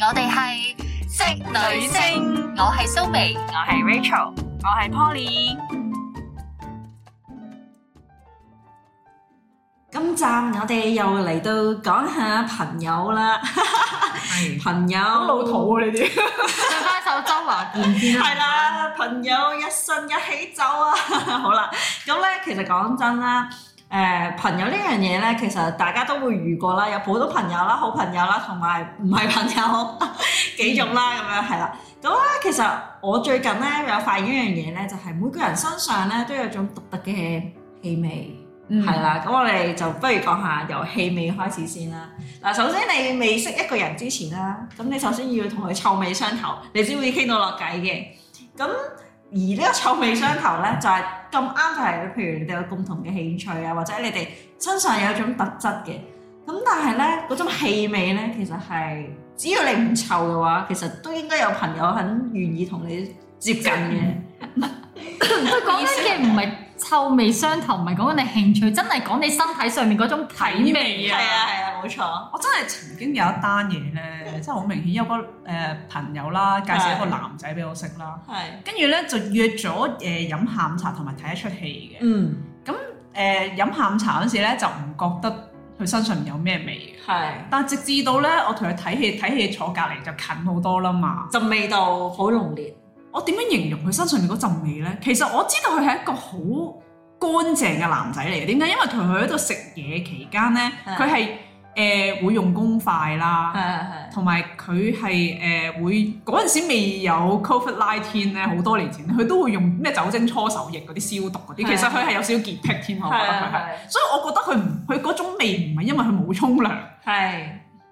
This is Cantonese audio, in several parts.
我哋係職女聲我係蘇眉，我係 Rachel，我係 Poly。今集我哋又嚟到講下朋友啦，朋友好老土啊！呢啲唱翻首周華健先係。啦，朋友一生一起走啊！ 好啦，咁咧其實講真啦，誒、朋友呢樣嘢咧，其實大家都會遇過啦，有普通朋友啦、好朋友啦，同埋唔係朋友 幾種嗯啦，咁樣係啦。咁咧其實我最近咧有發現一樣嘢咧，就係、每個人身上咧都有一種獨特嘅氣味。嗯嗯係啊啦，咁我哋就不如講下由氣味開始先啦。嗱，首先你未識一個人之前啦，咁你首先要同佢臭味相投，你先會傾到落偈嘅。咁而呢個臭味相投咧，就係咁啱就係，譬如你哋有共同嘅興趣啊，或者你哋身上有一種特質嘅。咁但係咧，嗰種氣味咧，其實係只要你唔臭嘅話，其實都應該有朋友肯願意同你接近嘅。佢講緊嘅唔係臭味相投，唔係講緊你興趣，真係講你身體上面嗰種體味係啊！啊係啊，冇錯。我真係曾經有一單嘢咧，真係好明顯，有個誒、呃朋友啦，介紹一個男仔俾我識啦，係。跟住咧就約咗誒呃飲下午茶同埋睇一出戲嘅。誒、呃嗯，飲下午茶嗰時咧就唔覺得佢身上有咩味嘅，係。但直至到咧我同佢睇戲，睇戲坐隔離就近好多啦嘛。就味道好濃烈，我點樣形容佢身上面嗰陣味咧？其實我知道佢係一個好乾淨嘅男仔嚟嘅。點解？因為同佢喺度食嘢期間咧，係佢係誒會用公筷係啦，係同埋佢係呃誒會嗰陣時未有 Covid nineteen 咧，好多年前佢都會用咩酒精搓手液嗰啲消毒嗰啲。係其實佢係有少少潔癖添，我覺得佢係。係所以我覺得佢唔佢嗰種味唔係因為佢冇沖涼。係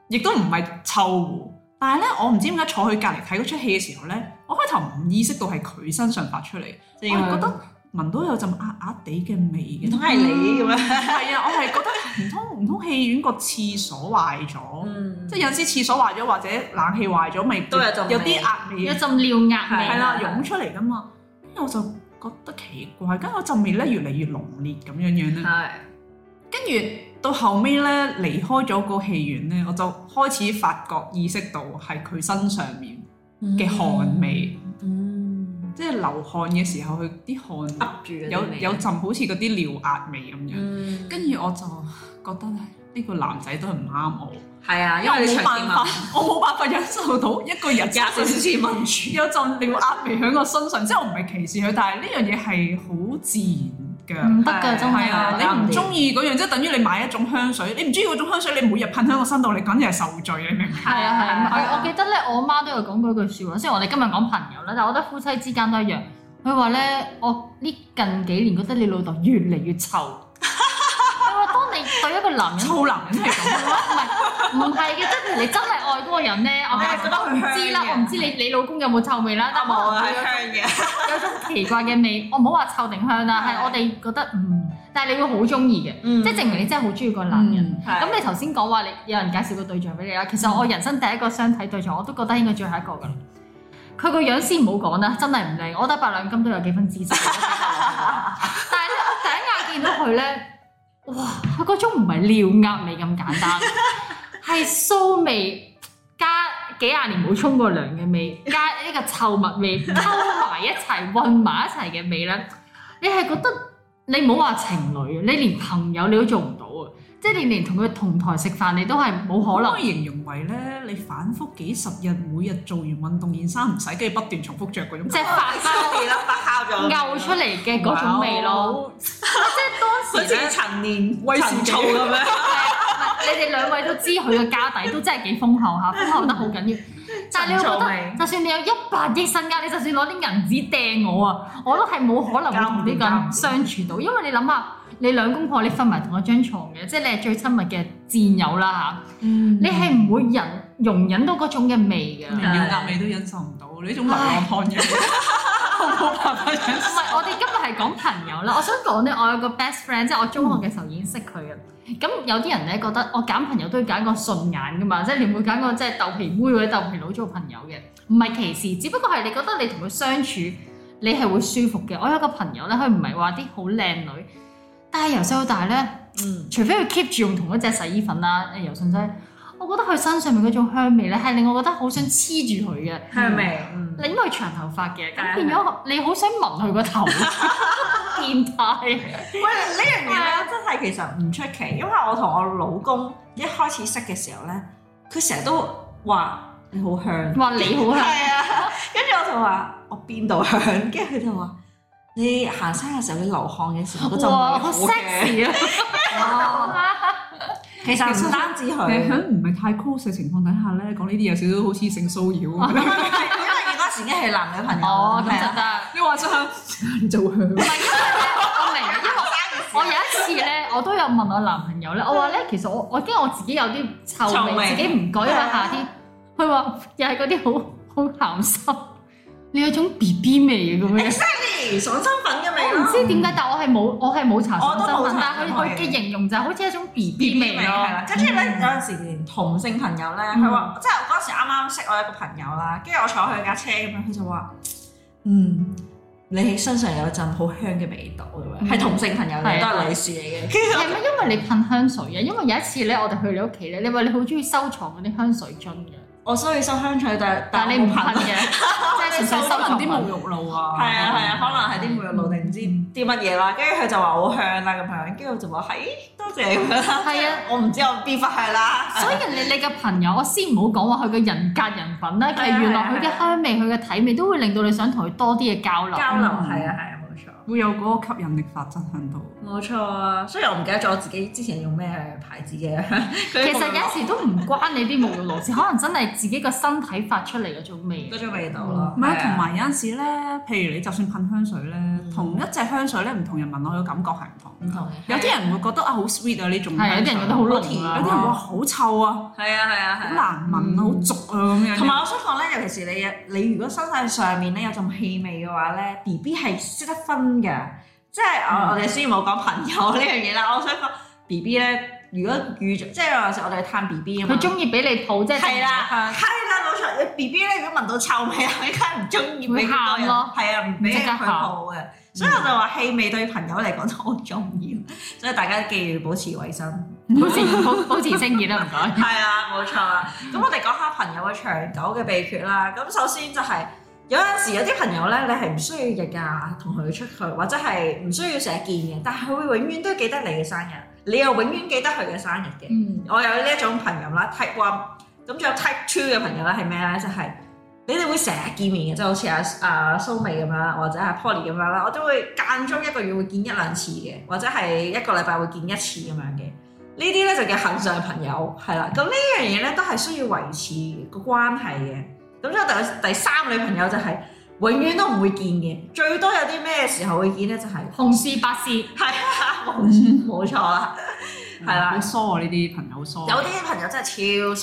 亦都唔係臭狐。但係咧，我唔知點解坐佢隔離睇嗰出戲嘅時候咧，我開頭唔意識到係佢身上發出嚟，我係，係覺得聞到有陣壓壓地嘅味唔嘅。通係你咁樣，係啊，我係覺得唔 通唔通戲院個廁所壞咗，嗯即係有陣時廁所壞咗或者冷氣壞咗，咪都有陣味有啲壓味有陣尿壓味係啦係湧出嚟噶嘛。跟住我就覺得奇怪，跟住嗰陣味咧越嚟越濃烈咁樣樣咧。係跟住到後尾咧，離開咗個戲院咧，我就開始發覺意識到係佢身上面嘅汗，味，嗯，即係流汗嘅時候，佢啲汗噏住有有陣好似嗰啲尿壓味咁樣。啊嗯，跟住我就覺得咧，呢個男仔都係唔啱我，係啊，因因為我為你冇長期辦聞法， 我冇辦法忍受到一個人隔 少少先聞住，有陣尿壓味喺我身上，即係我唔係歧視佢，但係呢樣嘢係好自然㗎。唔得㗎，真係啊，係。你唔中意嗰樣，即係等於你買一種香水，你唔中意嗰種香水，你每日噴喺個身度，你簡直係受罪，你明唔明？ 係啊係啊，係我記得咧，我媽都有講過一句説話。雖然我哋今日講朋友啦，但係我覺得夫妻之間都一樣。佢話咧，我呢近幾年覺得你老豆越嚟越臭。佢話當你對一個男人臭男人係咁，唔係唔係嘅，即係譬如你真係愛嗰個人咧，我你係覺得唔佢香知啦，嘅我唔知你你老公有冇臭味啦，但冇啊，係係香嘅，有種奇怪嘅味，我唔好話臭定香啦，係係我哋覺得嗯，但係你會好中意嘅，嗯即係證明你真係好中意個男人。嗯，係咁你頭先講話你有人介紹個對象俾你啦，其實我人生第一個相睇對象我都覺得應該最後一個㗎啦。佢個樣先唔好講啦，真係唔靚，我覺得八兩金都有幾分姿色。但係咧，我第一眼見到佢咧，哇！佢嗰種唔係尿壓味咁簡單，係騷味加幾廿年冇沖過涼嘅味，加呢個臭物味， 溝埋一齊混埋一齊嘅味咧，你係覺得你唔好話情侶，你連朋友你都做唔到啊！即係你連同佢同台食飯，你都係冇可可能能。形容為咧，你反覆幾十日，每日做完運動，件衫唔洗，跟住不斷重複着嗰種。即係發 發味啦，發酵咗，嘔出嚟嘅嗰種味咯，，即好係當時咧似，陳年威士陳忌醋咁樣，係你哋兩位都知佢嘅家底都真係幾豐厚嚇，豐厚得好緊要。 但係你會覺陳醋得，味就算你有一百億身家，你就算攞啲銀紙掟我啊，我都係冇可能會同呢個人相處到，因為你諗下，你兩公婆你瞓埋同一張床嘅，即係你係最親密嘅戰友啦嚇，你嗯你係唔會忍容忍到嗰種嘅味㗎。尿壓味都忍受唔到，你呢種流浪漢嘅，我冇辦法忍唔係，我哋今日係講朋友啦。我想講咧，我有個 best friend，即係我中學嘅時候已經識佢嘅。咁有啲人咧覺得我揀朋友都要揀個順眼噶嘛，即係你唔會揀個即係豆皮妹或者豆皮佬做朋友嘅，唔係歧視，只不過係你覺得你同佢相處你係會舒服嘅。我有一個朋友咧，佢唔係話啲好靚女，但係由細到大咧，嗯除非佢 keep 住用同一隻洗衣粉啦、誒柔順劑，我覺得佢身上面嗰種香味咧，係令我覺得好想黐住佢嘅。香味，嗯你因為長頭髮嘅，係啊咁變咗你好想聞佢個頭，啊 變態。喂，呢樣嘢咧真係其實唔出奇，因為我同我老公一開始識嘅時候咧，佢成日都話你好香，話你好香，係啊，跟住我就話我邊度香，跟住佢就話你行山嘅時候你流汗嘅時候嗰陣哇，味好啊好嘅， sexy 哇啊！ 其實唔單止佢，誒因為喺唔係太 close 嘅情況底下咧，講呢啲有少少好似性騷 擾咁樣。嗰時已經係男女朋友，哦，咁係就啊得。你話想你就 會唔係因為咧，我明，啊因為我有一次咧，我都有問我男朋友咧，我話咧，其實我我驚我自己有啲臭嗯臭味，味啊自己唔改因為夏天。佢話又係嗰啲好好鹹濕，你有種 B B 味咁樣。 Exactly，爽身粉嘅味我唔咯，知點解，但我係冇，我係冇查哎我都身冇份，搽但係佢佢嘅形容就係好似一種 B B 味咯係。啦，跟住咧有陣時連同性朋友咧，佢話即係我嗰時啱啱識我一個朋友啦，跟住我坐佢架車咁樣，佢就話：嗯，你身上有陣好香嘅味道咁嗯樣，係同性朋友係嚟，都係女士嚟嘅。 係咪因為你噴香水啊？因為有一次咧，我哋去你屋企咧，你話你好中意收藏嗰啲香水樽嘅，我所以收香水，但但係係你唔我冇噴噴。嘅， 即係純粹收藏品。肉露啊係啊係啊，可能係啲沐浴露定唔知啲乜嘢啦，跟住佢就話好香啦咁樣，跟住我就話係多謝你咁 樣啦。係啊，我唔知我邊忽係啦。所以你你嘅朋友，我先唔好講話佢嘅人格人品啦，其係實啊原來佢嘅香味、佢嘅體味都會令到你想同佢多啲嘅交流。交流係啊係啊，冇錯。會有嗰個吸引力法則喺度。冇錯啊，雖然我唔記得咗我自己之前用咩牌子嘅， 其其實有時都唔關你啲沐浴露事，可能真係自己個身體發出嚟嗰種味。嗰種味道咯，唔係啊，同埋有陣時咧，譬如你就算噴香水咧，嗯同一隻香水咧，唔同人聞落去嘅感覺係唔同。唔同嘅有啲人會覺得啊好 sweet 啊呢種香係水，有啲人覺得好好濃甜啊有啲人話好臭啊，係啊係啊好係啊。難聞啊，好俗啊咁樣。同埋我想講咧，尤其是你你如果身體上面咧有陣氣味嘅話咧，B B 係識得分㗎，即係我我哋雖然冇講朋友呢樣嘢啦，我想講 B B 咧，如果遇著即係有時我哋去探 B B 啊嘛佢，中意俾你抱，即係係啦係啦冇錯，你 B B 咧如果聞到臭味啊，你梗係唔中意俾咁多會喊人，咯係啊唔俾佢抱嘅，嗯所以我就話氣味對朋友嚟講都好重要，所以大家記住保持衞生。保持保保持清潔啦，唔該。係啊，冇錯啦。咁我哋講下朋友嘅長久嘅秘訣啦。咁首先就係、有陣時有啲朋友咧，你係唔需要日日同佢出去，或者係唔需要成日見嘅，但係佢會永遠都記得你嘅生日，你又永遠記得佢嘅生日嘅。嗯，我有呢一種朋友啦，type one，咁仲有 type two 嘅朋友咧係咩咧？就係、你哋會成日見面嘅，即係好似阿阿蘇美咁樣啦，或者阿 Poly 咁樣啦，我都會間中一個月會見一兩次嘅，或者係一個禮拜會見一次咁樣嘅。呢啲咧就叫恆常朋友，係啦。咁呢樣嘢咧都係需要維持個關係嘅。咁所以第第三類朋友就係、永遠都唔會見嘅，最多有啲咩時候會見咧就係、 紅事白事，係啊，冇冇錯啦，係啦好。疏啊呢啲朋友好疏啊。有啲朋友真係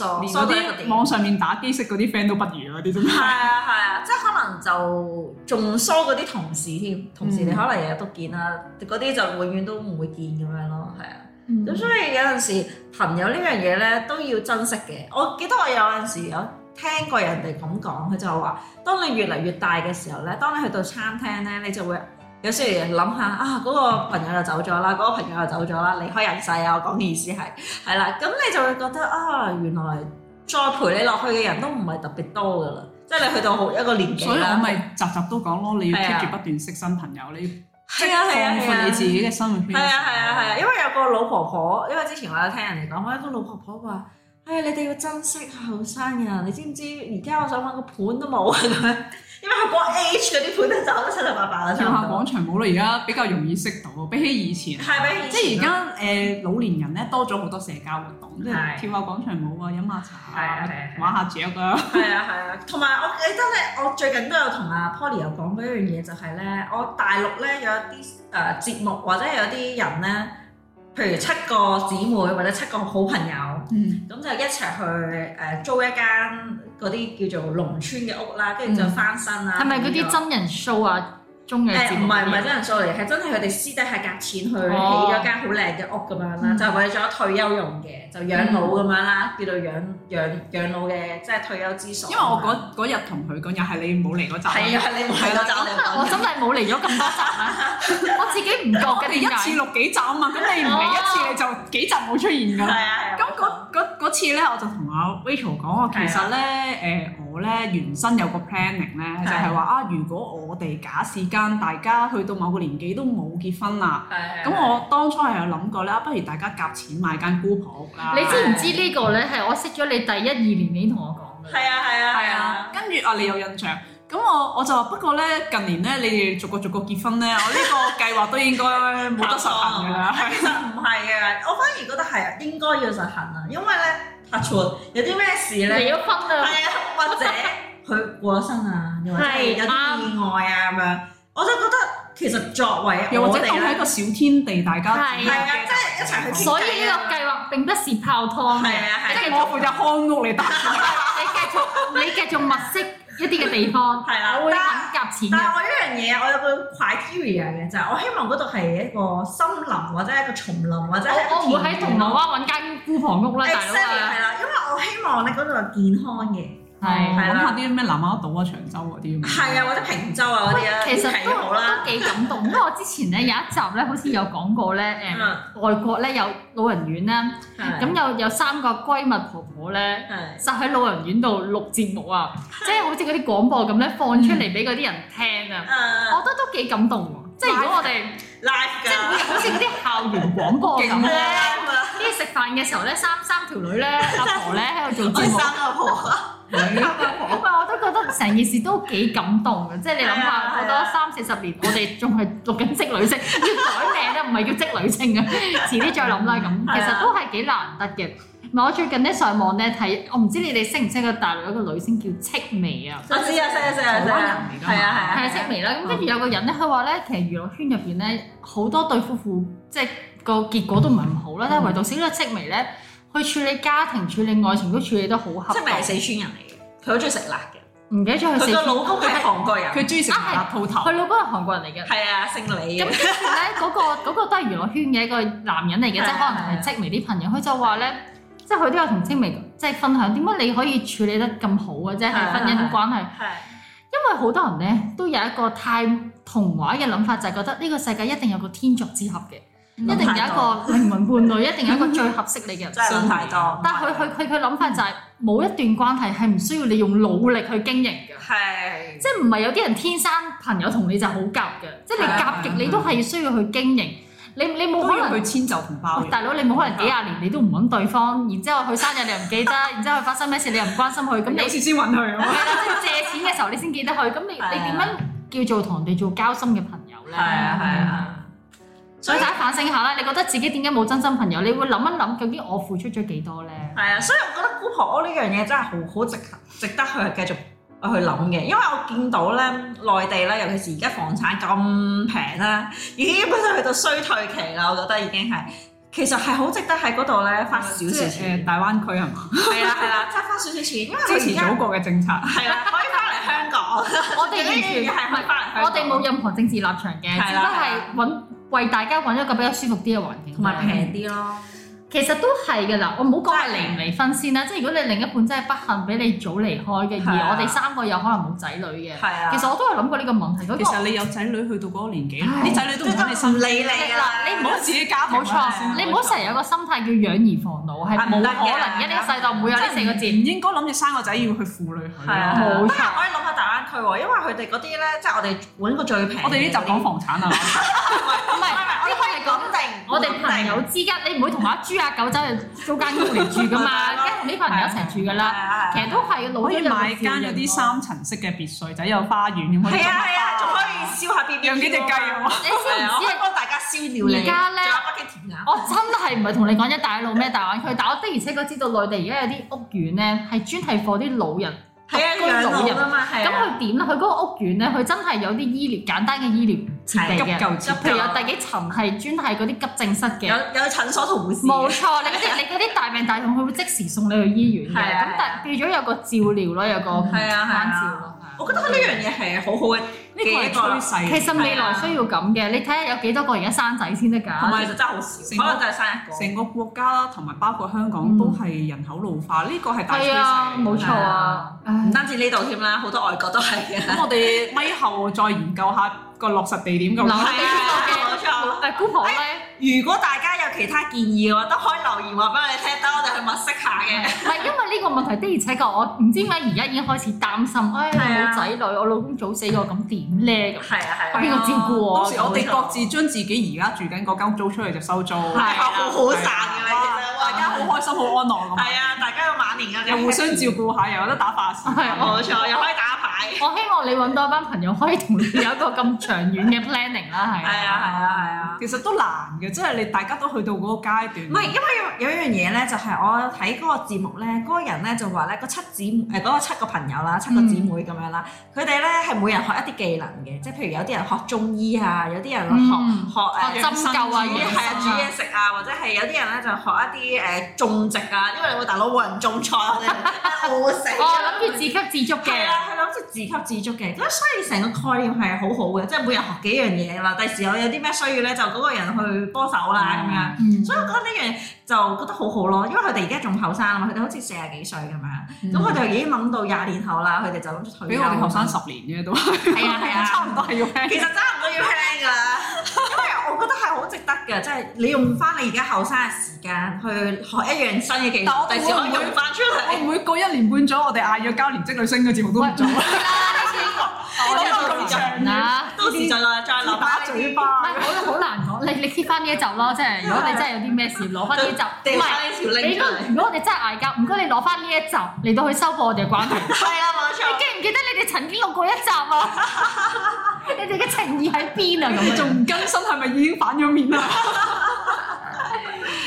超連疏，疏嗰到一個點啲。網上面打機識嗰啲 friend 都不如啊嗰啲真係係。啊係啊，即係可能就仲疏嗰啲同事添，同事你可能日日都見啦，嗰啲就永遠都唔會見咁樣咯，係啊。嗯咁所以有陣時朋友呢樣嘢咧都要珍惜嘅。我記得我有陣時有聽過人哋咁講，佢就話：當你越嚟越大嘅時候咧，當你去到餐廳咧，你就會有時諗下啊，嗰、個朋友又走咗啦，嗰、個朋友又走咗啦，離開人世啊！我講嘅意思係係啦，咁你就會覺得啊，原來再陪你落去嘅人都唔係特別多噶啦，即係你去到好一個年紀所以我啦。咪集集都講咯，你要係啊 keep 住不斷識新朋友，你要係啊係啊擴係啊闊你自己嘅生活圈。係啊係啊係啊，因為有個老婆婆，因為之前我有聽人哋講，我有個老婆婆話：，哎呀，你哋要珍惜後生人，你知唔知？而家我想揾個伴都冇啊咁樣，因為佢講 age 嗰啲伴都走得七七八八啦，跳下差唔多廣場舞啦，而家比較容易識到，比起以前。係比即係起而以前家誒老年人咧多咗好多社交活動，即係係跳下廣場舞啊、飲下茶係啊啊係啊、係啊玩下雀啊。係啊係啊，同埋我記得咧，我最近都有同阿 Poly 有講過一樣嘢，就係咧，我大陸咧有一啲誒、呃、節目或者有啲人咧，譬如七個姊妹或者七個好朋友。嗯，咁就一齊去誒、呃租一間嗰啲叫做農村嘅屋啦，跟住就翻新啦。係咪嗰咁啲樣真人 show 啊？綜藝節誒唔目係嗰啲唔係真人 show 嚟，係真係佢哋私底下夾錢去起哦咗間好靚嘅屋咁樣啦，嗯就為咗退休用嘅，就養老咁樣啦，叫做養養養老嘅，即係退休之所。因為我嗰嗰日同佢講，又係你冇嚟嗰集啊。係啊，你冇睇到就你我講。真係冇嚟咗咁多集啦，我自己唔覺我 嘅哋點一次解？錄幾集啊嘛，咁你唔嚟一次你就幾集冇出現㗎係啦。啊，係啊咁嗰嗰嗰嗰次咧，我就同阿 Rachel 講，我其實咧誒我咧原身有個 planning 咧，就係話啊，如果我哋假使間大家去到某個年紀都冇結婚啊啦。係啊咁我當初係有諗過啦，不如大家夾錢買間姑婆屋啦。你知唔知呢個咧係我識咗你第一二年你已經同我講嘅，係啊係啊係係啊啊，，跟住啊，你有印象。咁我我就話不過咧，近年咧，你哋逐個逐個結婚咧，我呢個計劃都應該冇得實行㗎啦。其實唔係嘅，我反而覺得係應該要實行啊，因為咧拍錯有啲咩事咧。離咗婚係啦，啊，或者佢過咗身啊，又或者係有啲意外啊咁樣，我就覺得其實作為又或者我哋當係一咧個小天地，大家自己哦係係啊，即係一齊去傾偈啊所以呢個計劃並不是泡湯係嘅。啊係即啊係我負責看屋你搭。 你繼續，你繼續物色一啲嘅地方，係啦我會啊揾夾錢但嘅。係我有一樣嘢，我有個 criteria 嘅就係我希望嗰度係一個森林或者係一個叢林或者係一個我我唔會喺田園銅鑼咯灣揾間姑房屋啦，大佬 Exactly，啊，係啦，因為我希望你嗰度係健康嘅，係。諗下啲咩南丫島啊、長洲嗰啲咁。係啊，或者平洲啊嗰啲啊，嗯其實啲都好啦，都幾感動，因為我之前咧有一集咧，好似有講過咧，誒、嗯外國咧有老人院啦，係咁有有三個閨蜜婆婆咧，係就喺老人院度錄節目啊，即係好似嗰啲廣播咁咧放出嚟俾嗰啲人聽啊，我誒覺得都幾感動喎。即係如果我哋 live 即係好㗎，似好似嗰啲校園廣播咁勁咧， live 啊，跟住食飯嘅時候咧，三三條女咧，阿婆咧喺度我做節哋目。三個婆。唔係，我都覺得成件事都幾感動嘅，即係你諗係下，啊好係多啊三四十年，我哋仲係讀緊職女星， 要改名咧，唔係叫職 女星啊，遲啲再諗啦咁。其係實啊都係幾難得嘅。唔係我最近咧上網咧睇，我唔知你哋識唔識個大陸一個女星叫戚薇啊，我知啊，識啊，識啊，識啊，係啊，係啊，係啊戚薇啦。咁跟住有個人咧，佢話咧，其實娛樂圈入邊咧好多對夫婦即係個結果都唔係咁好啦，但係唯獨是呢個戚薇咧，去處理家庭、處理愛情都處理得好恰戚當薇係四川人嚟嘅，佢好中意食辣嘅，唔記得咗佢佢四個老公係韓國人，佢中意食麻辣鋪頭。佢老公係韓國人嚟嘅。係啊，姓李 咁嘅，跟住咧，嗰個嗰個都係娛樂圈嘅一個男人嚟嘅，即係可能係戚薇啲朋友。佢就話咧，即係佢都有同戚薇即係分享點解你可以處理得咁好嘅啫，係係婚姻關係。係因為好多人咧都有一個太童話嘅諗法，就係覺得呢個世界一定有個天作之合嘅，一定有一個靈魂伴侶，一定有一個最合適 你嘅人。真係諗太多。但係佢佢佢佢諗法就係冇一段關係係唔需要你用努力去經營嘅。係即係唔係有啲人天生朋友同你就好夾嘅，即係你啊夾極你都係需要去經營，你你冇都可要去能。遷就同包喂容。大佬，你冇可能幾廿年你都唔揾對方，然之後佢生日你又唔 記得，然之後佢發生咩事你又唔關心佢，咁咁你有次先揾 佢啊。係啦，即係借錢嘅時候你先記得佢，咁你係啊你點樣叫做同人哋做交心嘅朋友係咧？啊係啊，所以大家反省下啦，你覺得自己點解冇真心朋友？你會諗一諗，究竟我付出咗幾 多咧？係啊，所以我覺得姑婆屋呢樣嘢真係好好值值得去繼續去諗嘅，因為我見到咧內地咧，尤其是而家房產咁平啦，已經基本上去到衰退期啦，我覺得已經係。其實係好值得喺嗰度咧花少即少係錢，誒大灣區係嘛？係 啦係啦，即係花少少錢，因支為佢而持家祖國嘅政策。係啦，可以翻嚟香港。我哋 完全係可以翻嚟香港我哋冇任何政治立場嘅，只係不過啦係揾為大家揾一個比較舒服啲嘅環境，同埋平啲咯。其實都係㗎啦，我唔好講係離唔離婚先啦，即係如果你另一半真係不幸俾你早離開嘅，係啊而我哋三個有可能冇仔女嘅，係啊其實我都有諗過呢個問題。嗰個其實你有仔女去到嗰個年紀，唉啲仔女都唔喺你身邊。理你啦，唔你好自己啊家庭冇啦錯，你唔好成日有個心態叫養兒防老，係係冇唔得嘅可能嘅。呢個世代唔啊會有呢四個字。唔應該諗住生個仔要去負累佢。係啊，冇不錯過我可以諗下大灣區喎，因為佢哋嗰啲咧，即係我哋揾個最平。我哋呢集講房產啊，我唔係，呢哋個係講講定，我哋朋友之間，你唔會同阿豬阿狗走去租間屋嚟住㗎嘛，係啊梗係同啲朋友一齊住㗎係啦。啊其實都係老可咗有以個買間照嗰應啲咯三層式嘅別墅仔，有花園咁可以種係下啊係啊，仲花可以燒下 B B 養幾隻雞啊！嘛。你知唔係啊，我知可啊以幫大家燒料理。而家呢仲有北京甜鴨。我真係唔係同你講一帶一路咩大灣區，但我的而且確知道內地而家有啲屋苑咧係專係放啲老人，係啊，獨養老啊嘛，係咁啊。佢點咧？佢嗰個屋苑咧，佢真係有啲醫療簡單嘅醫療設備急嘅，救譬如有第幾層係專係嗰啲急症室有嘅。有診所同護士。冇錯，你嗰啲你嗰啲大病大痛，佢會即時送你去醫院嘅。係啊咁但係變咗有個照料咯，有個係啊係關照啊。咯。我覺得呢樣嘢係好好嘅，呢個啊係趨勢。其實未來需要咁嘅，你睇下有幾多個而家生仔先得同㗎。啊埋其實真係好少，可能就係生一個。成個國家啦，同埋包括香港都係人口老化，呢個嗯係大趨係啊，勢。冇錯啊。唉唔單止呢度添啦，好多外國都係啊嘅。咁我哋咪後再研究下個落實地點咁。留係啊俾呢個嘅冇錯誒姑婆咧。 如果大家有其他建議嘅話，都可以留言話俾我哋聽，等我哋去物色下嘅。唔係因為呢個問題的而且確，我唔知點解而家已經開始擔心，唉、係啊冇仔女，我老公早死我，咁點咧？咁係啊係啊邊個照顧我當時我哋各自將自己而家住緊嗰間屋租出去就收租，係啊好好散㗎啦，其實大家好開心好安樂咁，係啊，大家有晚年嘅，又互相照顧下，又有得打發時係間。啊冇錯，又可以打牌。我希望你揾到一班朋友，可以同你有一個咁長遠嘅 planning 啦，係係啊啊。係啊係啊。其實都難嘅，即係你大家都去到嗰個階段。嗯唔係，因為有一樣嘢咧，就係我睇嗰個節目咧，嗰個人咧就話咧，個七姊誒嗰個七個朋友嗯啦，七個姊妹咁樣啦，佢哋咧係每人學一啲技能嘅，即係譬如有啲人學中醫啊，有啲人學嗯學誒學針灸啊煮養係啊生啊煮嘢食啊，或者係有啲人咧就學一啲誒種植啊，因為你會大佬冇人種菜，我哋餓死 我諗住自給自足係嘅，啦，係啦，即係自給自足嘅，咁所以成個概念係好好嘅，即係每人學幾樣嘢啦。第時我有啲咩需要咧，就嗰個人去幫手啦咁樣。嗯所以我覺得呢樣就覺得好好咯，因為佢哋而家仲後生啊嘛，佢哋好似四十幾歲咁樣，咁佢哋已經諗到廿年後啦，佢哋就諗住退休。俾我哋後生十年嘅都係 à, 啊係啊， 差唔多 係要 plan 其實差唔多要 plan 㗎啦，因為我覺得係好值得㗎，即係你用翻你而家後生嘅時間去學一樣新嘅技但術，我第時可以會唔會用翻出嚟。我每過一年半載，我哋嗌咗交年積女星嘅節目都唔做，我我哋哋都咁咁長長嗱，到時就再 再諗打下嘴唔巴。係好好難講。你你貼翻呢一集咯，即係如果你真係有啲咩事，攞翻呢一集，唔掉係翻呢條你 link 應出該嚟。如果我哋真係嗌交，唔該你攞翻呢一集嚟到去修復我哋嘅關 係。係啦，冇你錯。記唔記得你哋曾經錄過一集 啊？你哋嘅情意喺邊啊？咁你樣仲唔更新係咪已經反咗面啊啦？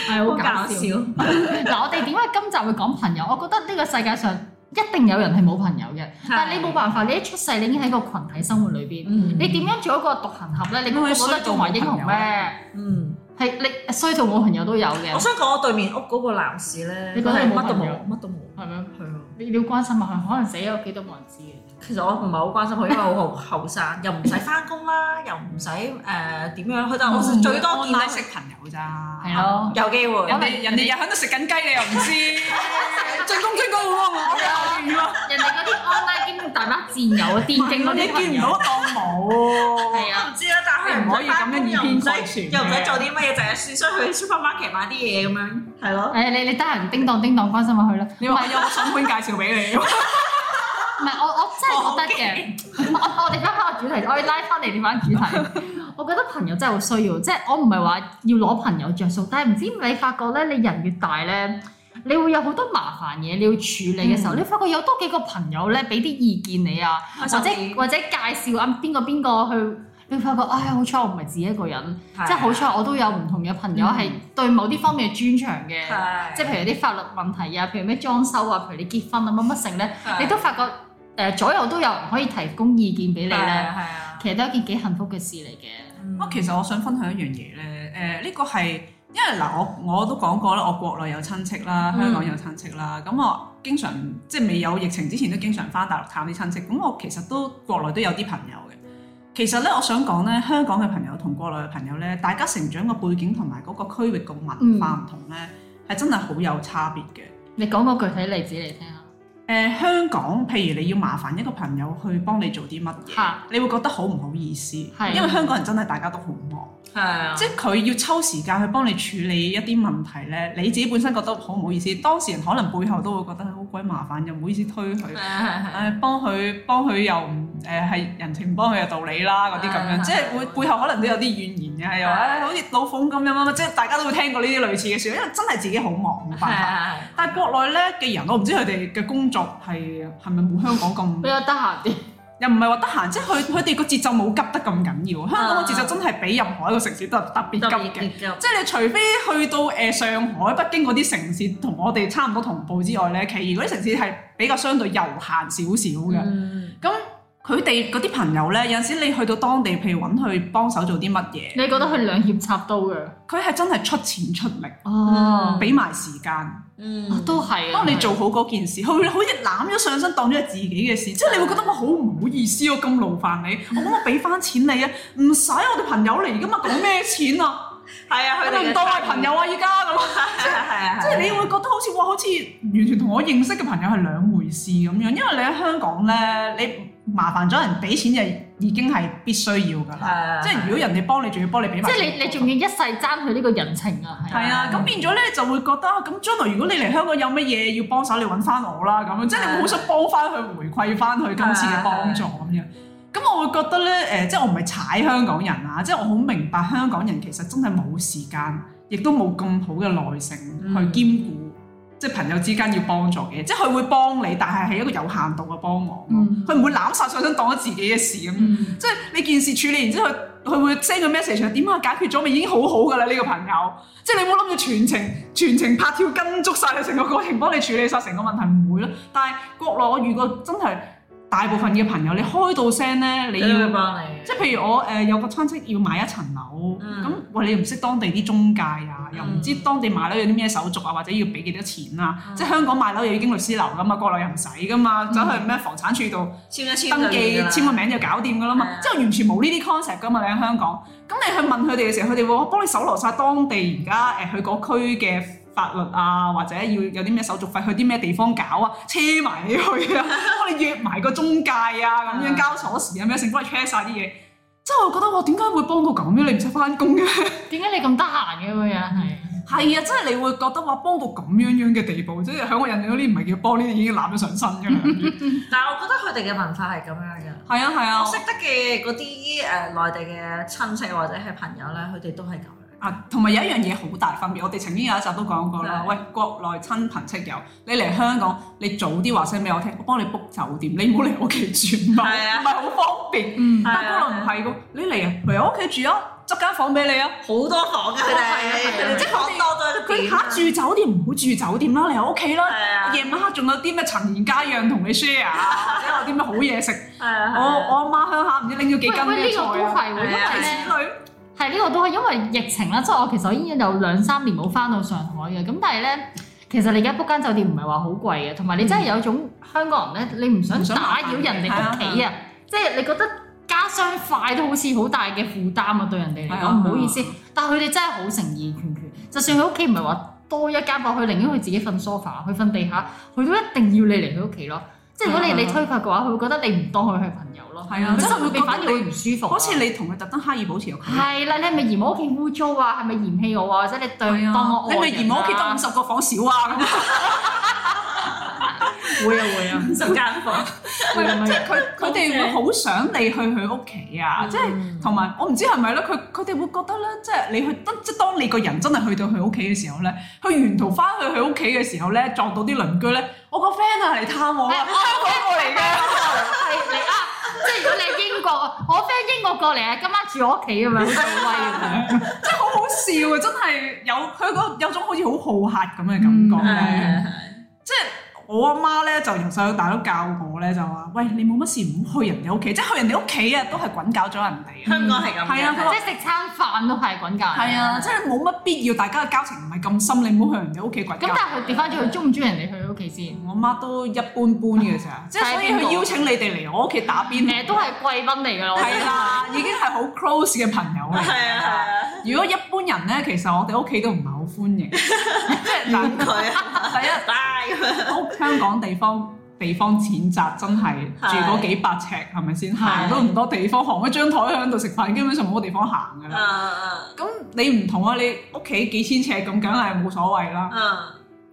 係好搞笑。嗱，我哋點解今集會講朋友？我覺得呢個世界上一定有人係冇朋友嘅，但係你冇辦法，你一出世你已經喺個群體生活裏邊，嗯你點樣做一個獨行俠咧？你覺唔覺得中華英雄咩？嗯，係你衰到冇朋友都有嘅我，想講我對面屋嗰個男士咧，你覺得佢冇乜都朋友冇，乜都冇。係咪？係啊，你你要關心下佢，可能死咗屋企都冇人知嘅。其實我唔係好關心佢，因為我好後生，又唔使翻工 啦，又唔使誒點樣，佢就嗯我最多見到拉食識朋友咋，係咯，有機會。人哋人哋又喺度食緊雞，你又唔知， 進攻進攻好啊！我嘅語咯，人哋嗰啲 online 經濟大把戰友啊，電競嗰你啲朋見唔友到當冇。係我啊，唔知啦，但係佢你唔可以咁樣以偏概全嘅又唔使做啲乜嘢，就係輸出去 supermarket 買啲嘢咁樣，係咯。誒你你得閒叮當叮當關心下佢啦。你話有哎個筍盤介紹俾你，唔係我我真係覺得嘅，我我哋翻返個主題，我要拉翻嚟呢翻主題。我覺得朋友真係好需要，即係我唔係話要攞朋友着數，但係唔知你發覺咧，你人越大咧，你會有好多麻煩嘢你要處理嘅時候，你發覺有多幾個朋友咧俾啲意見你啊，或或者或者介紹啊邊個邊個去，你會發覺唉好彩我唔係自己一個人，即係好彩我都有唔同嘅朋友係對某啲方面係專長嘅。係即係譬如啲法律問題啊，譬如咩裝修啊，譬如你結婚啊乜乜成咧，你都發覺誒、呃左右都有人可以提供意見俾你係咧，啊其實都係一件幾幸福嘅事嚟嘅。啊係啊，。其實我想分享一樣嘢咧，誒、呢個係因為嗱，我我都講過啦，我國內有親戚啦，嗯香港有親戚啦，咁、我經常即係未有疫情之前都經常翻大陸探啲親戚，咁我其實都國內都有啲朋友嘅。其實咧，我想講咧，香港嘅朋友同國內嘅朋友咧，大家成長嘅背景同埋嗰個區域嘅嗯文化唔同咧，係、真係好有差別嘅。你講個具體例子嚟聽下。誒、香港，譬如你要麻煩一個朋友去幫你做啲乜嘢嚇，你會覺得好唔好意思，係因為香港人真係大家都好忙。係啊即係佢要抽時間去幫你處理一啲問題咧，你自己本身覺得好唔好意思，當事人可能背後都會覺得好鬼麻煩，又唔好意思推佢，啊誒、幫佢幫佢又唔誒係人情幫佢嘅道理啦，嗰啲咁樣，係即係會背後可能都有啲怨言嘅，又啊話誒好似老馮咁樣乜乜，即係大家都會聽過呢啲類似嘅事，因為真係自己好忙冇係辦法。啊但係國內咧嘅人，我唔知佢哋嘅工作係係咪冇香港咁比嗯較得閒啲，又唔係話得閒，即係佢佢哋個節奏冇急得咁緊要。香港個節奏真係比任何一個城市都特別係啊啊，特別急嘅。結構即係你除非去到誒、呃上海、北京嗰啲城市同我哋差唔多同步之外咧，其餘嗰啲城市係比較相對悠閒少少嘅。嗯咁佢哋嗰啲朋友咧，有陣時你去到當地，譬如揾佢幫手做啲乜嘢，你覺得佢兩肋插刀嘅？佢係真係出錢出力，哦，俾埋時間。啊嗯都係啊。當你做好嗰件事，佢會好似攬咗上身，當咗係自己嘅事，即係你會覺得我好唔好意思，我咁嗯勞煩你，我可唔可以俾翻錢你啊？唔使，我哋朋友嚟噶嘛，講咩錢啊？ 係啊，佢你哋唔當係朋友啊，依家咁。係啊係啊，即係你會覺得好似哇，好似完全同我認識嘅朋友係兩回事咁樣，因為你喺香港咧，你麻煩咗人俾錢就已經係必須要㗎係啦。啊，即係如果人哋幫你，仲要幫你俾埋即錢。係你你仲要一世爭佢呢個人情啊，係啊係啊，咁變咗咧就會覺得啊咁將來如果你嚟香港有乜嘢要幫手，你揾翻我啦咁樣，即係你會好想幫翻佢回饋翻佢今次嘅幫助咁啊樣。咁我會覺得咧誒、即係我唔係踩香港人啊，即係我好明白香港人其實真係冇時間，亦都冇咁好嘅耐性去嗯兼顧，即係朋友之間要幫助嘅，即係佢會幫你，但係係一個有限度嘅幫忙咯嗯，佢唔、會攬晒上身當咗自己嘅事咁樣。嗯即係你件事處理完之後，佢會 send 個 message 點啊解決咗咪已經好好噶啦呢個朋友，即係你冇諗住全程全程拍跳跟足晒你成個過程，幫你處理晒成個問題唔會咯。但係國內我遇過真係大部分嘅朋友，你開到聲咧，你你會要。幫你，即係譬如我誒、呃有個親戚要買一層樓，嗯咁喂、你又唔識當地啲中介啊，又唔知當地買樓有啲咩手續啊，或者要俾幾多錢啊？嗯即係香港買樓又要經律師樓噶嘛，國內又唔使噶嘛，走去咩房產處度。簽一簽就登記完㗎啦簽個名就搞掂噶啦係嘛啊，即係完全冇呢啲 concept 噶嘛，你喺香港。咁你去問佢哋嘅時候，佢哋會我幫你搜羅晒當地而家誒佢嗰區嘅法律啊，或者要有啲咩手續費，去啲咩地方搞啊，車埋你去 啊，幫你約埋個中介啊，咁啊樣交鎖匙啊咩，成幫你 check 晒啲嘢。即係我覺得我點解會幫到咁嘅？你唔使翻工嘅。點解你咁得閒嘅個人係？係啊，真係你會覺得話幫到咁樣樣嘅地步，即係喺我印象呢唔係叫幫呢啲已經攬咗上身㗎啦。但係我覺得佢哋嘅文化係咁樣嘅。 係啊係啊我識得嘅嗰啲誒內地嘅親戚或者係朋友咧，佢哋都係咁樣。啊，同埋有一樣嘢好大分別，我哋曾經有一集都講過啦。係喂，國內親朋戚友，你嚟香港，你早啲話聲俾我聽，我幫你 book 酒店，你唔好嚟我屋企住，唔係啊係唔係好方便。嗯係啊但係國內唔係噶，你嚟啊，嚟我屋企住啊，執間房俾你啊。啊好多房㗎佢哋，佢哋即係房多到佢嚇住酒店唔好住酒店啦，你喺屋企啦。啊係啊，夜晚黑仲有啲咩陳年佳釀同你 share 啊，或者有啲咩好嘢食。係啊，我我阿媽鄉下唔知拎咗幾喂斤喂，嘅呢菜個都啊，係喎，因係啊為咧。之類。係呢個都係因為疫情啦，即係我其實已經有兩三年冇翻到上海嘅，咁但係咧，其實你而家 book 間酒店唔係話好貴嘅，同埋你真係有一種嗯香港人咧，你唔想唔想麻打煩擾人哋屋企係啊，即係你覺得家商快都好似好大嘅負擔啊，對人哋嚟係講啊唔好意思，但係佢哋真係好誠意拳拳，就算佢屋企唔係話多一間房，佢寧願佢自己瞓 sofa，佢瞓地下，佢都一定要你嚟佢屋企咯。即係如果係你啊你推卻嘅話，佢會覺得你唔當佢係朋友咯，係啊佢真係生活會覺得反而會唔舒服啊。好似你同佢特登刻意保持個距離。係啦，你係咪嫌我屋企污糟啊？係咪嫌棄我啊？或者你對當我你外咪人啊嫌我屋企得五十個房少啊咁，會啊會啊，十間房，會咁即樣係佢佢哋會好想你去佢屋企啊，嗯即係係同埋我唔知係咪咧，佢佢哋會覺得咧，即係你去得即係當你個人真係去到佢屋企嘅時候咧，佢沿途翻去佢屋企嘅時候咧，撞到啲鄰居咧，我個 friend 啊嚟探 我啊，香港過嚟嘅，係你啊！即係如果你係英國啊，我 friend 英國過嚟啊，今晚住我屋企咁樣，好示威咁樣。 即係好好笑啊！真係有佢嗰有種好似好好客咁嘅嗯嗯感覺咧。啊即係我阿媽咧，就由細到大都教我咧，就話：喂，你冇乜事唔好去人哋屋企，即係去人哋屋企啊，都係滾搞咗人哋啊。香港係咁，係啊佢話即係食餐飯都係滾價。係啊，即係冇乜必要，大家嘅交情唔係咁深，你唔好去人哋屋企滾咁但交。係佢調翻轉，佢中唔中意人哋去佢屋企先？我媽都一般般嘅 咋，即係所以佢邀請你哋嚟我屋企打邊誒，都係貴賓嚟㗎啦。我係啦，已經係好 close 嘅朋友嚟。係啊，如果一般人咧，其實我哋屋企都唔係好歡 迎，即係嗱係啊，佢啊，第一。大屋香港地方地方淺窄，真係住嗰幾百尺係咪先？行都唔多地方，行一張台喺度食飯，基本上冇地方行㗎啦。啊咁你唔同啊，你屋企幾千尺咁，梗係冇所謂啦。啊，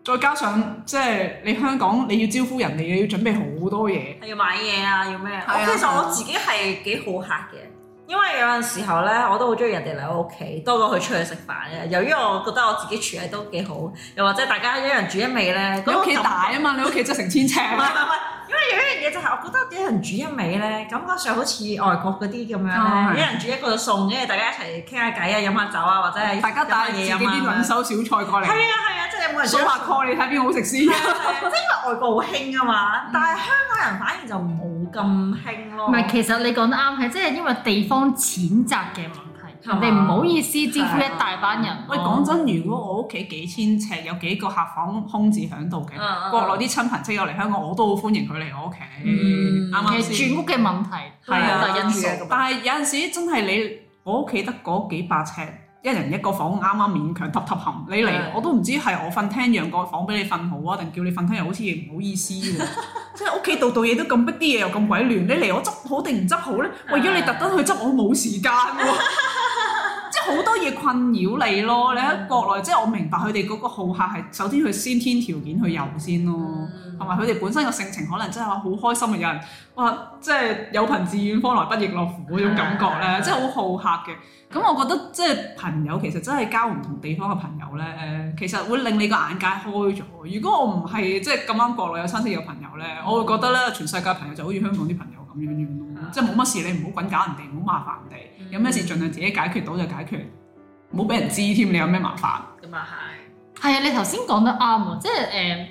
再加上即係你香港，你要招呼人哋，你要準備好多嘢。要買嘢啊，要咩？我其實我自己係幾好客嘅。因為有陣時候咧，我都好中意人哋嚟我屋企，多過佢出去食飯嘅。由於我覺得我自己處理都幾好，又或者大家一人煮一味咧，你咁屋企大啊嘛，你屋企真係成千尺。唔係唔係，因為有一樣嘢就係我覺得一人煮一味咧，感覺上好似外國嗰啲咁樣哦咧，一人煮一個餸，跟住大家一齊傾下偈啊，飲下酒啊，或者係大家帶飲自下己啲嘢飲啊兩手小菜過係嚟啊，係啊，即係有冇人數下係啊 call，你睇邊個好食先。係啊即係因為外國好興啊嘛，但嗯係香港人反而就冇咁興咯。唔係，其實你講得啱，係即係因為地方淺窄嘅問題，人哋唔好意思招呼一大班哦人。喂，講真，如果我屋企幾千尺，有幾個客房空置喺度嘅，嗯國內啲親朋戚友嚟香港，我都好歡迎佢嚟我屋企，嗯啱啱其實先？住屋嘅問題都係係啊好大因素。但係有陣時真係你我屋企得嗰幾百尺，一人一個房，啱啱勉強揼揼冚你嚟係，我都唔知係我瞓廳讓個房俾你瞓好啊，定叫你瞓廳又好似唔好意思 喎。即係屋企度度嘢都咁逼，啲嘢又咁鬼亂，你嚟我執好定唔執好咧？為咗你特登去執，我冇時間喎。 即係好多嘢困擾你咯。你喺國內，即係我明白佢哋嗰個好客係首先佢先天條件去遊先咯。嗯嗯同埋佢哋本身個性情可能真係好開心嘅有人，哇！即係有朋自遠方來不亦樂乎嗰種感覺咧，嗯即係好好客嘅。咁我覺得即係朋友其實真係交唔同地方嘅朋友咧，其實會令你個眼界開咗。如果我唔係即係咁啱國內有親戚有朋友咧，我會覺得咧全世界朋友就好似香港啲朋友咁樣樣咯，嗯即係冇乜事你唔好滾搞人哋，唔好麻煩人哋，有咩事盡量自己解決到就解決，唔好俾人知添你有咩麻煩。咁啊係啊，你頭先講得啱啊，即係誒、呃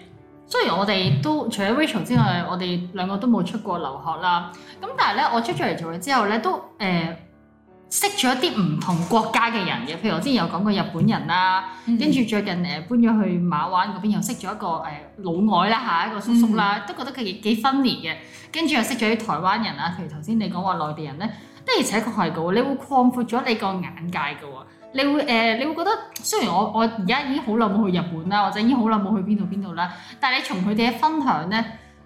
雖然我哋都除咗 Rachel 之外，我哋兩個都冇出過留學啦，咁但係咧，我出咗嚟做嘢之後咧，都誒、呃、識咗一啲唔同國家嘅人嘅，譬如我之前有講過日本人啦。跟住最近誒搬咗去馬灣嗰邊，又識咗一個誒、老外啦嚇，一個叔叔啦，都覺得佢幾幾 funny 嘅。跟住又識咗啲台灣人啊，譬如頭先你講話內地人咧，的而且確係嘅喎，你會擴闊咗你個眼界嘅喎。你會誒、你會覺得雖然我我而家已經好耐冇去日本啦，或者已經好耐冇去邊度邊度啦，但係你從佢哋嘅分享咧，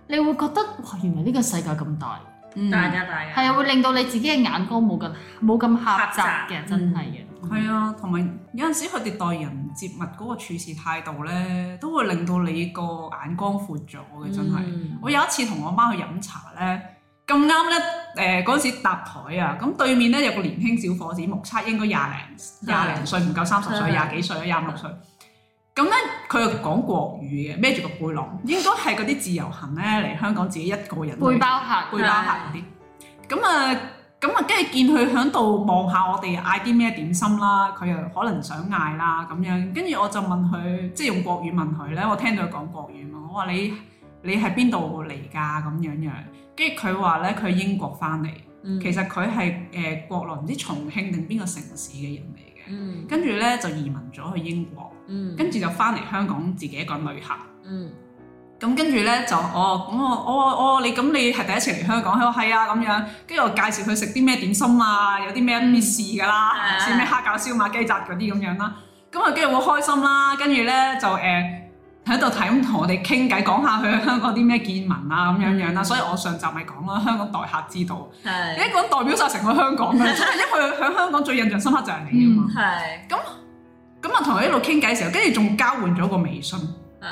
你會覺得哇，原來呢個世界咁大，嗯係，大家大家係啊，會令到你自己嘅眼光冇咁冇咁狹窄嘅，狹窄嗯真係嘅。嗯係啊，同埋有陣時佢哋待人接物嗰個處事態度咧，都會令到你個眼光闊咗嘅，真係。嗯我有一次同我媽去飲茶咧，咁啱咧誒嗰陣時搭台啊，咁對面咧有個年輕小伙子，目測應該廿零廿零歲，唔夠三十歲，係廿幾歲啊，廿五六歲。咁咧佢又講國語嘅，孭住個背囊，應該係嗰啲自由行咧嚟香港自己一個人背去包客背包客嗰啲。咁啊，咁啊，跟住見佢喺度望下我哋嗌啲咩點心啦，佢又可能想嗌啦咁樣。跟住我就問佢，即係用國語問佢咧，我聽到佢講國語嘛，我話你你係邊度嚟㗎咁樣樣。跟住佢話咧，佢英國翻嚟，嗯其實佢係誒國內唔知重慶定邊個城市嘅人嚟嘅。嗯跟住咧就移民咗去英國，嗯跟住就翻嚟香港自己一個人旅行。嗯咁跟住咧就哦，咁我我我你咁你係第一次嚟香港，佢話係啊咁樣，跟住我介紹佢食啲咩點心啊，有啲咩咩試㗎啦，係啊試咩蝦餃、燒賣、雞雜嗰啲咁樣啦。咁啊，跟住好開心啦，跟住咧就誒喺度睇咁同我哋傾偈，講下佢喺香港啲咩見聞啊咁樣樣啦。所以我上集咪講啦，香港待客之道，你係一個人代表晒成個香港嘅，真係因為佢喺香港最印象深刻就係你啊嘛。嗯係咁啊，同佢一路傾偈嘅時候，跟住仲交換咗個微信。係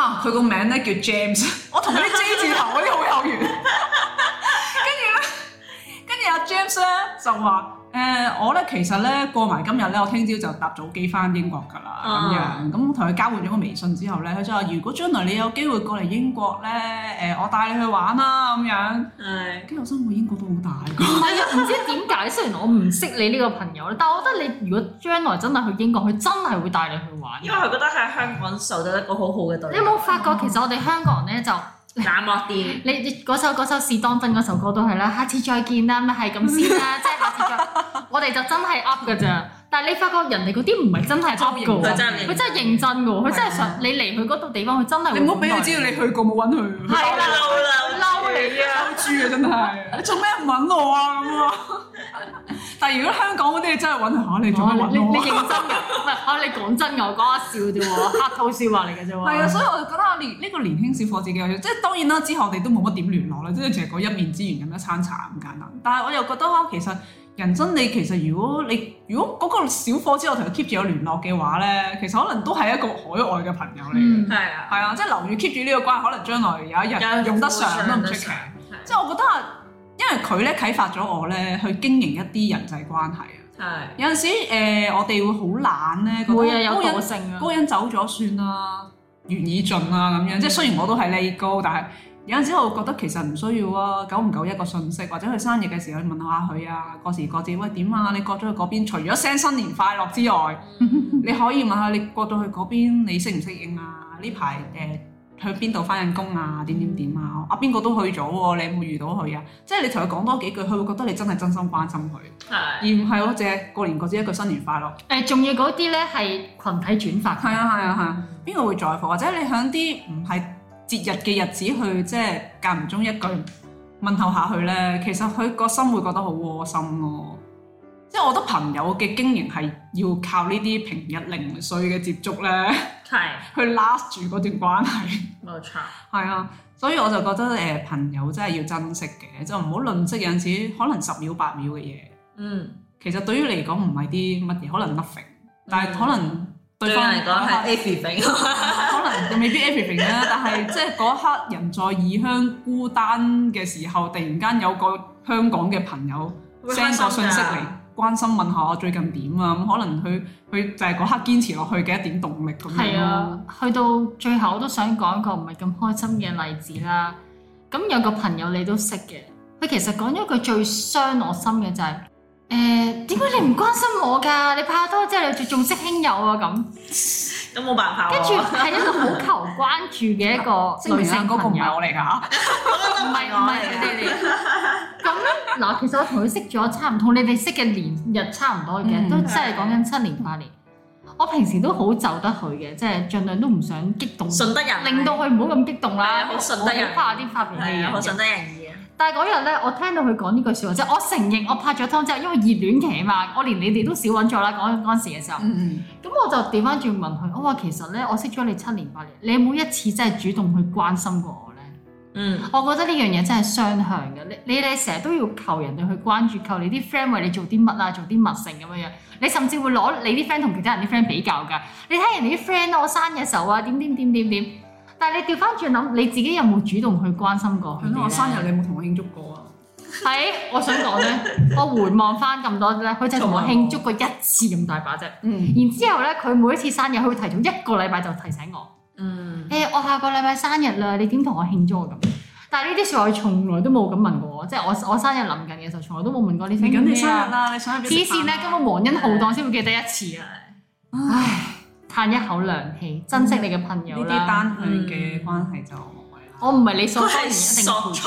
啊，佢個名咧叫 James，我 同佢啲 J 字頭嗰啲好有緣。跟住咧，跟住阿 James 咧就話：誒、我咧其實咧過埋今日咧，我聽朝就搭早機翻英國㗎啦，咁、樣。咁同佢交換咗個微信之後咧，佢就話：如果將來你有機會過嚟英國咧，誒、我帶你去玩啦咁樣。係跟住我心諗，英國都好大個。唔係啊，唔知點解，雖然我唔識你呢個朋友咧，但我覺得你如果將來真係去英國，佢真係會帶你去玩。因為佢覺得喺香港受到一個好好嘅對待你有冇發覺其實我哋香港人咧就冷漠啲你你嗰首嗰首是當真嗰首歌都係啦，下次再見啦，咪係咁 先啦，即係下次再，我哋就真係 up 㗎咋。但係你發覺人哋嗰啲唔係真係 up 㗎佢喎，真係佢真係認真㗎喎，佢真係係啊想你嚟去嗰度地方，佢真係會你唔好俾佢知道你去過冇揾佢。係嬲啦嬲嬲你啊！嬲豬啊！真係，你做咩唔揾我啊咁 啊？但係如果香港嗰啲，你真係揾下你做哦咩你你揾你我啊？認真㗎，唔係啊你講真㗎，我講下笑啫喎，客套笑話嚟㗎啫喎。係啊，所以 我就覺得年呢個年輕小伙子幾有趣，即係當然啦，之後我哋都冇乜點聯絡啦，即係淨係嗰一面之緣咁一餐茶咁簡單。但係我又覺得啊，其實人生你其實如果你如果嗰個小伙子我同佢 keep 住有聯絡嘅話咧，其實可能都係一個海外嘅朋友嚟嘅，嗯係啊，係啊，即係留住 keep 住呢個關係，可能將來有一日用得上都唔出奇。即係我覺得啊，因為佢咧啟發咗我咧去經營一啲人際關係啊。係有陣時誒、呃我哋會好懶咧，覺會啊，得有高惰人性啊。高人走咗算啦，緣已盡啦咁樣。即係雖然我都係 lay 高，但係有陣時我會覺得其實唔需要啊。久唔久一個訊息，或者佢生日嘅時候你問下佢啊，過時過節喂點啊？你過咗去嗰邊，除咗 send 新年快樂之外，你可以問下你過到去嗰邊，你適唔適應啊？呢排誒去邊度翻緊工啊？點點點啊？啊邊個都去咗喎，你有冇遇到佢啊？即係你同佢講多幾句，佢會覺得你真係真心關心佢，而係唔係我淨係過年過節一句新年快樂。誒，仲要嗰啲咧係群體轉發嘅，係啊係啊係啊，邊個會在乎？或者你喺啲唔係節日嘅日子去，即係間唔中一句問候下佢咧，其實佢個心會覺得好窩心咯。即係我覺得朋友嘅經營係要靠呢啲平日零碎嘅接觸咧，係去 last 住嗰段關係。 冇錯，係啊，所以我就覺得誒、呃朋友真係要珍惜嘅，就唔好吝嗇有陣時可能十秒八秒嘅嘢，嗯，其實對於你嚟講唔係啲乜嘢，可能 nothing，但嗯係可能對啊對我方啊嚟講係 everything， 可能未必 everything 啦，但係即係嗰一刻人在異鄉孤單嘅時候，突然間有個香港嘅朋友 send 個信息嚟關心問下我最近點啊，咁可能佢佢就係嗰刻堅持落去嘅一點動力咁樣係咯。啊，去到最後我都想講一個唔係咁開心嘅例子啦。咁有個朋友你都識嘅，佢其實講咗句最傷我心嘅就係、誒點解你唔關心我㗎？你拍拖之後你仲重色輕友啊咁，咁冇辦法喎。跟住係一個好求關注嘅一個 證女明啊性嗰個唔朋友係，我嚟㗎 唔係唔係你哋嚟。咁咧嗱，其實我同佢識咗差唔多，你哋識嘅年日差唔多嘅，嗯都真係講緊七年八年。我平時都好就得佢嘅，即係盡量都唔想激動順德人，令到佢唔好咁激動啦，係好順得人我好怕啲發脾氣係啊，好嘅順人。得人意啊。但係嗰日咧，我聽到佢講呢句説話，即係我承認我拍咗拖之後，因為熱戀期啊嘛，我連你哋都少揾咗啦。嗰嗰陣時嘅時候，嗯咁我就調翻轉問佢，我話其實咧，我識咗你七年八年，你有冇一次真係主動去關心過我咧？嗯，我覺得呢樣嘢真係雙向嘅，你你哋成日都要求人哋去關注，求你啲 friend 為你做啲乜啊，做啲乜性咁樣樣。你甚至會攞你啲 friend 同其他人啲 friend 比較㗎。你睇人哋啲 friend 啊我生嘅時候啊，點點點點點。但係你調翻轉諗，你自己有冇主動去關心過佢係哋咯，我生咧？日你冇同我慶祝過啊？喺我想講咧，我回望翻咁多咧，佢就同我慶祝過一次咁大把啫。嗯，然之後咧，佢每一次生日，佢會提早一個禮拜就提醒我。嗯，誒、我下個禮拜生日啦，你點同我慶祝啊咁？但係呢啲説話佢從來都冇咁問過我，即係我我生日臨近嘅時候，從來都冇問過你嚟緊你生咩日啊？啦，你想去邊黐度食飯線啊咧，根本皇恩浩蕩先會記得一次啊！唉，嘆一口涼氣，珍惜你嘅朋友呢啲啦。單向嘅關係就無謂啦。我唔係你所都講嘅係一定索取，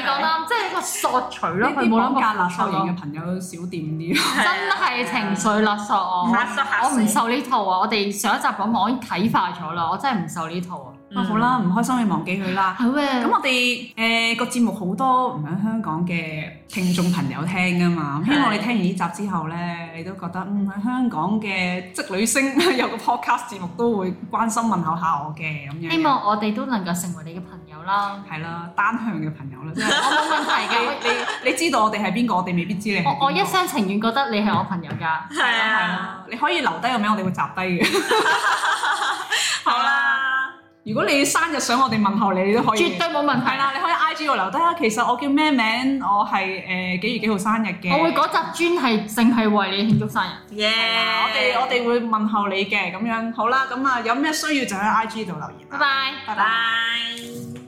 你講啦，即係一個索取咯，呢佢啲冇諗綁過架勒索付出型咯嘅朋友少掂啲。真係情緒勒索我，啊勒索 嚇我唔死受呢套啊！我哋上一集講我已經睇化咗啦，我真係唔受呢套啊！啊好啦，，唔開心你忘記佢啦。好啊咁我哋誒個節目好多唔喺香港嘅聽眾朋友聽噶嘛，希望你聽完呢集之後咧，你都覺得嗯喺香港嘅職女 星有個 podcast 節目都會關心問候下我嘅咁樣。希望我哋都能夠成為你嘅朋友啦。 係啦，單向嘅朋友啦，即係啊我冇問題嘅，你你知道我哋係邊個，我哋未必知你係邊個我我一廂情願覺得你係我朋友㗎。係係啦啊，你可以留低個名，我哋會集低嘅。 好啦，如果你生日想我哋問候你，你都可以。絕對冇問題係啦，你可以 I G 度留低啊。其實我叫咩名？我係呃誒幾月幾號生日嘅。我會嗰集專係淨係為你慶祝生日。耶！啊啊我哋我哋會問候你嘅咁樣。好啦，咁啊有咩需要就喺 I G 度留言啦。拜拜拜。拜。拜。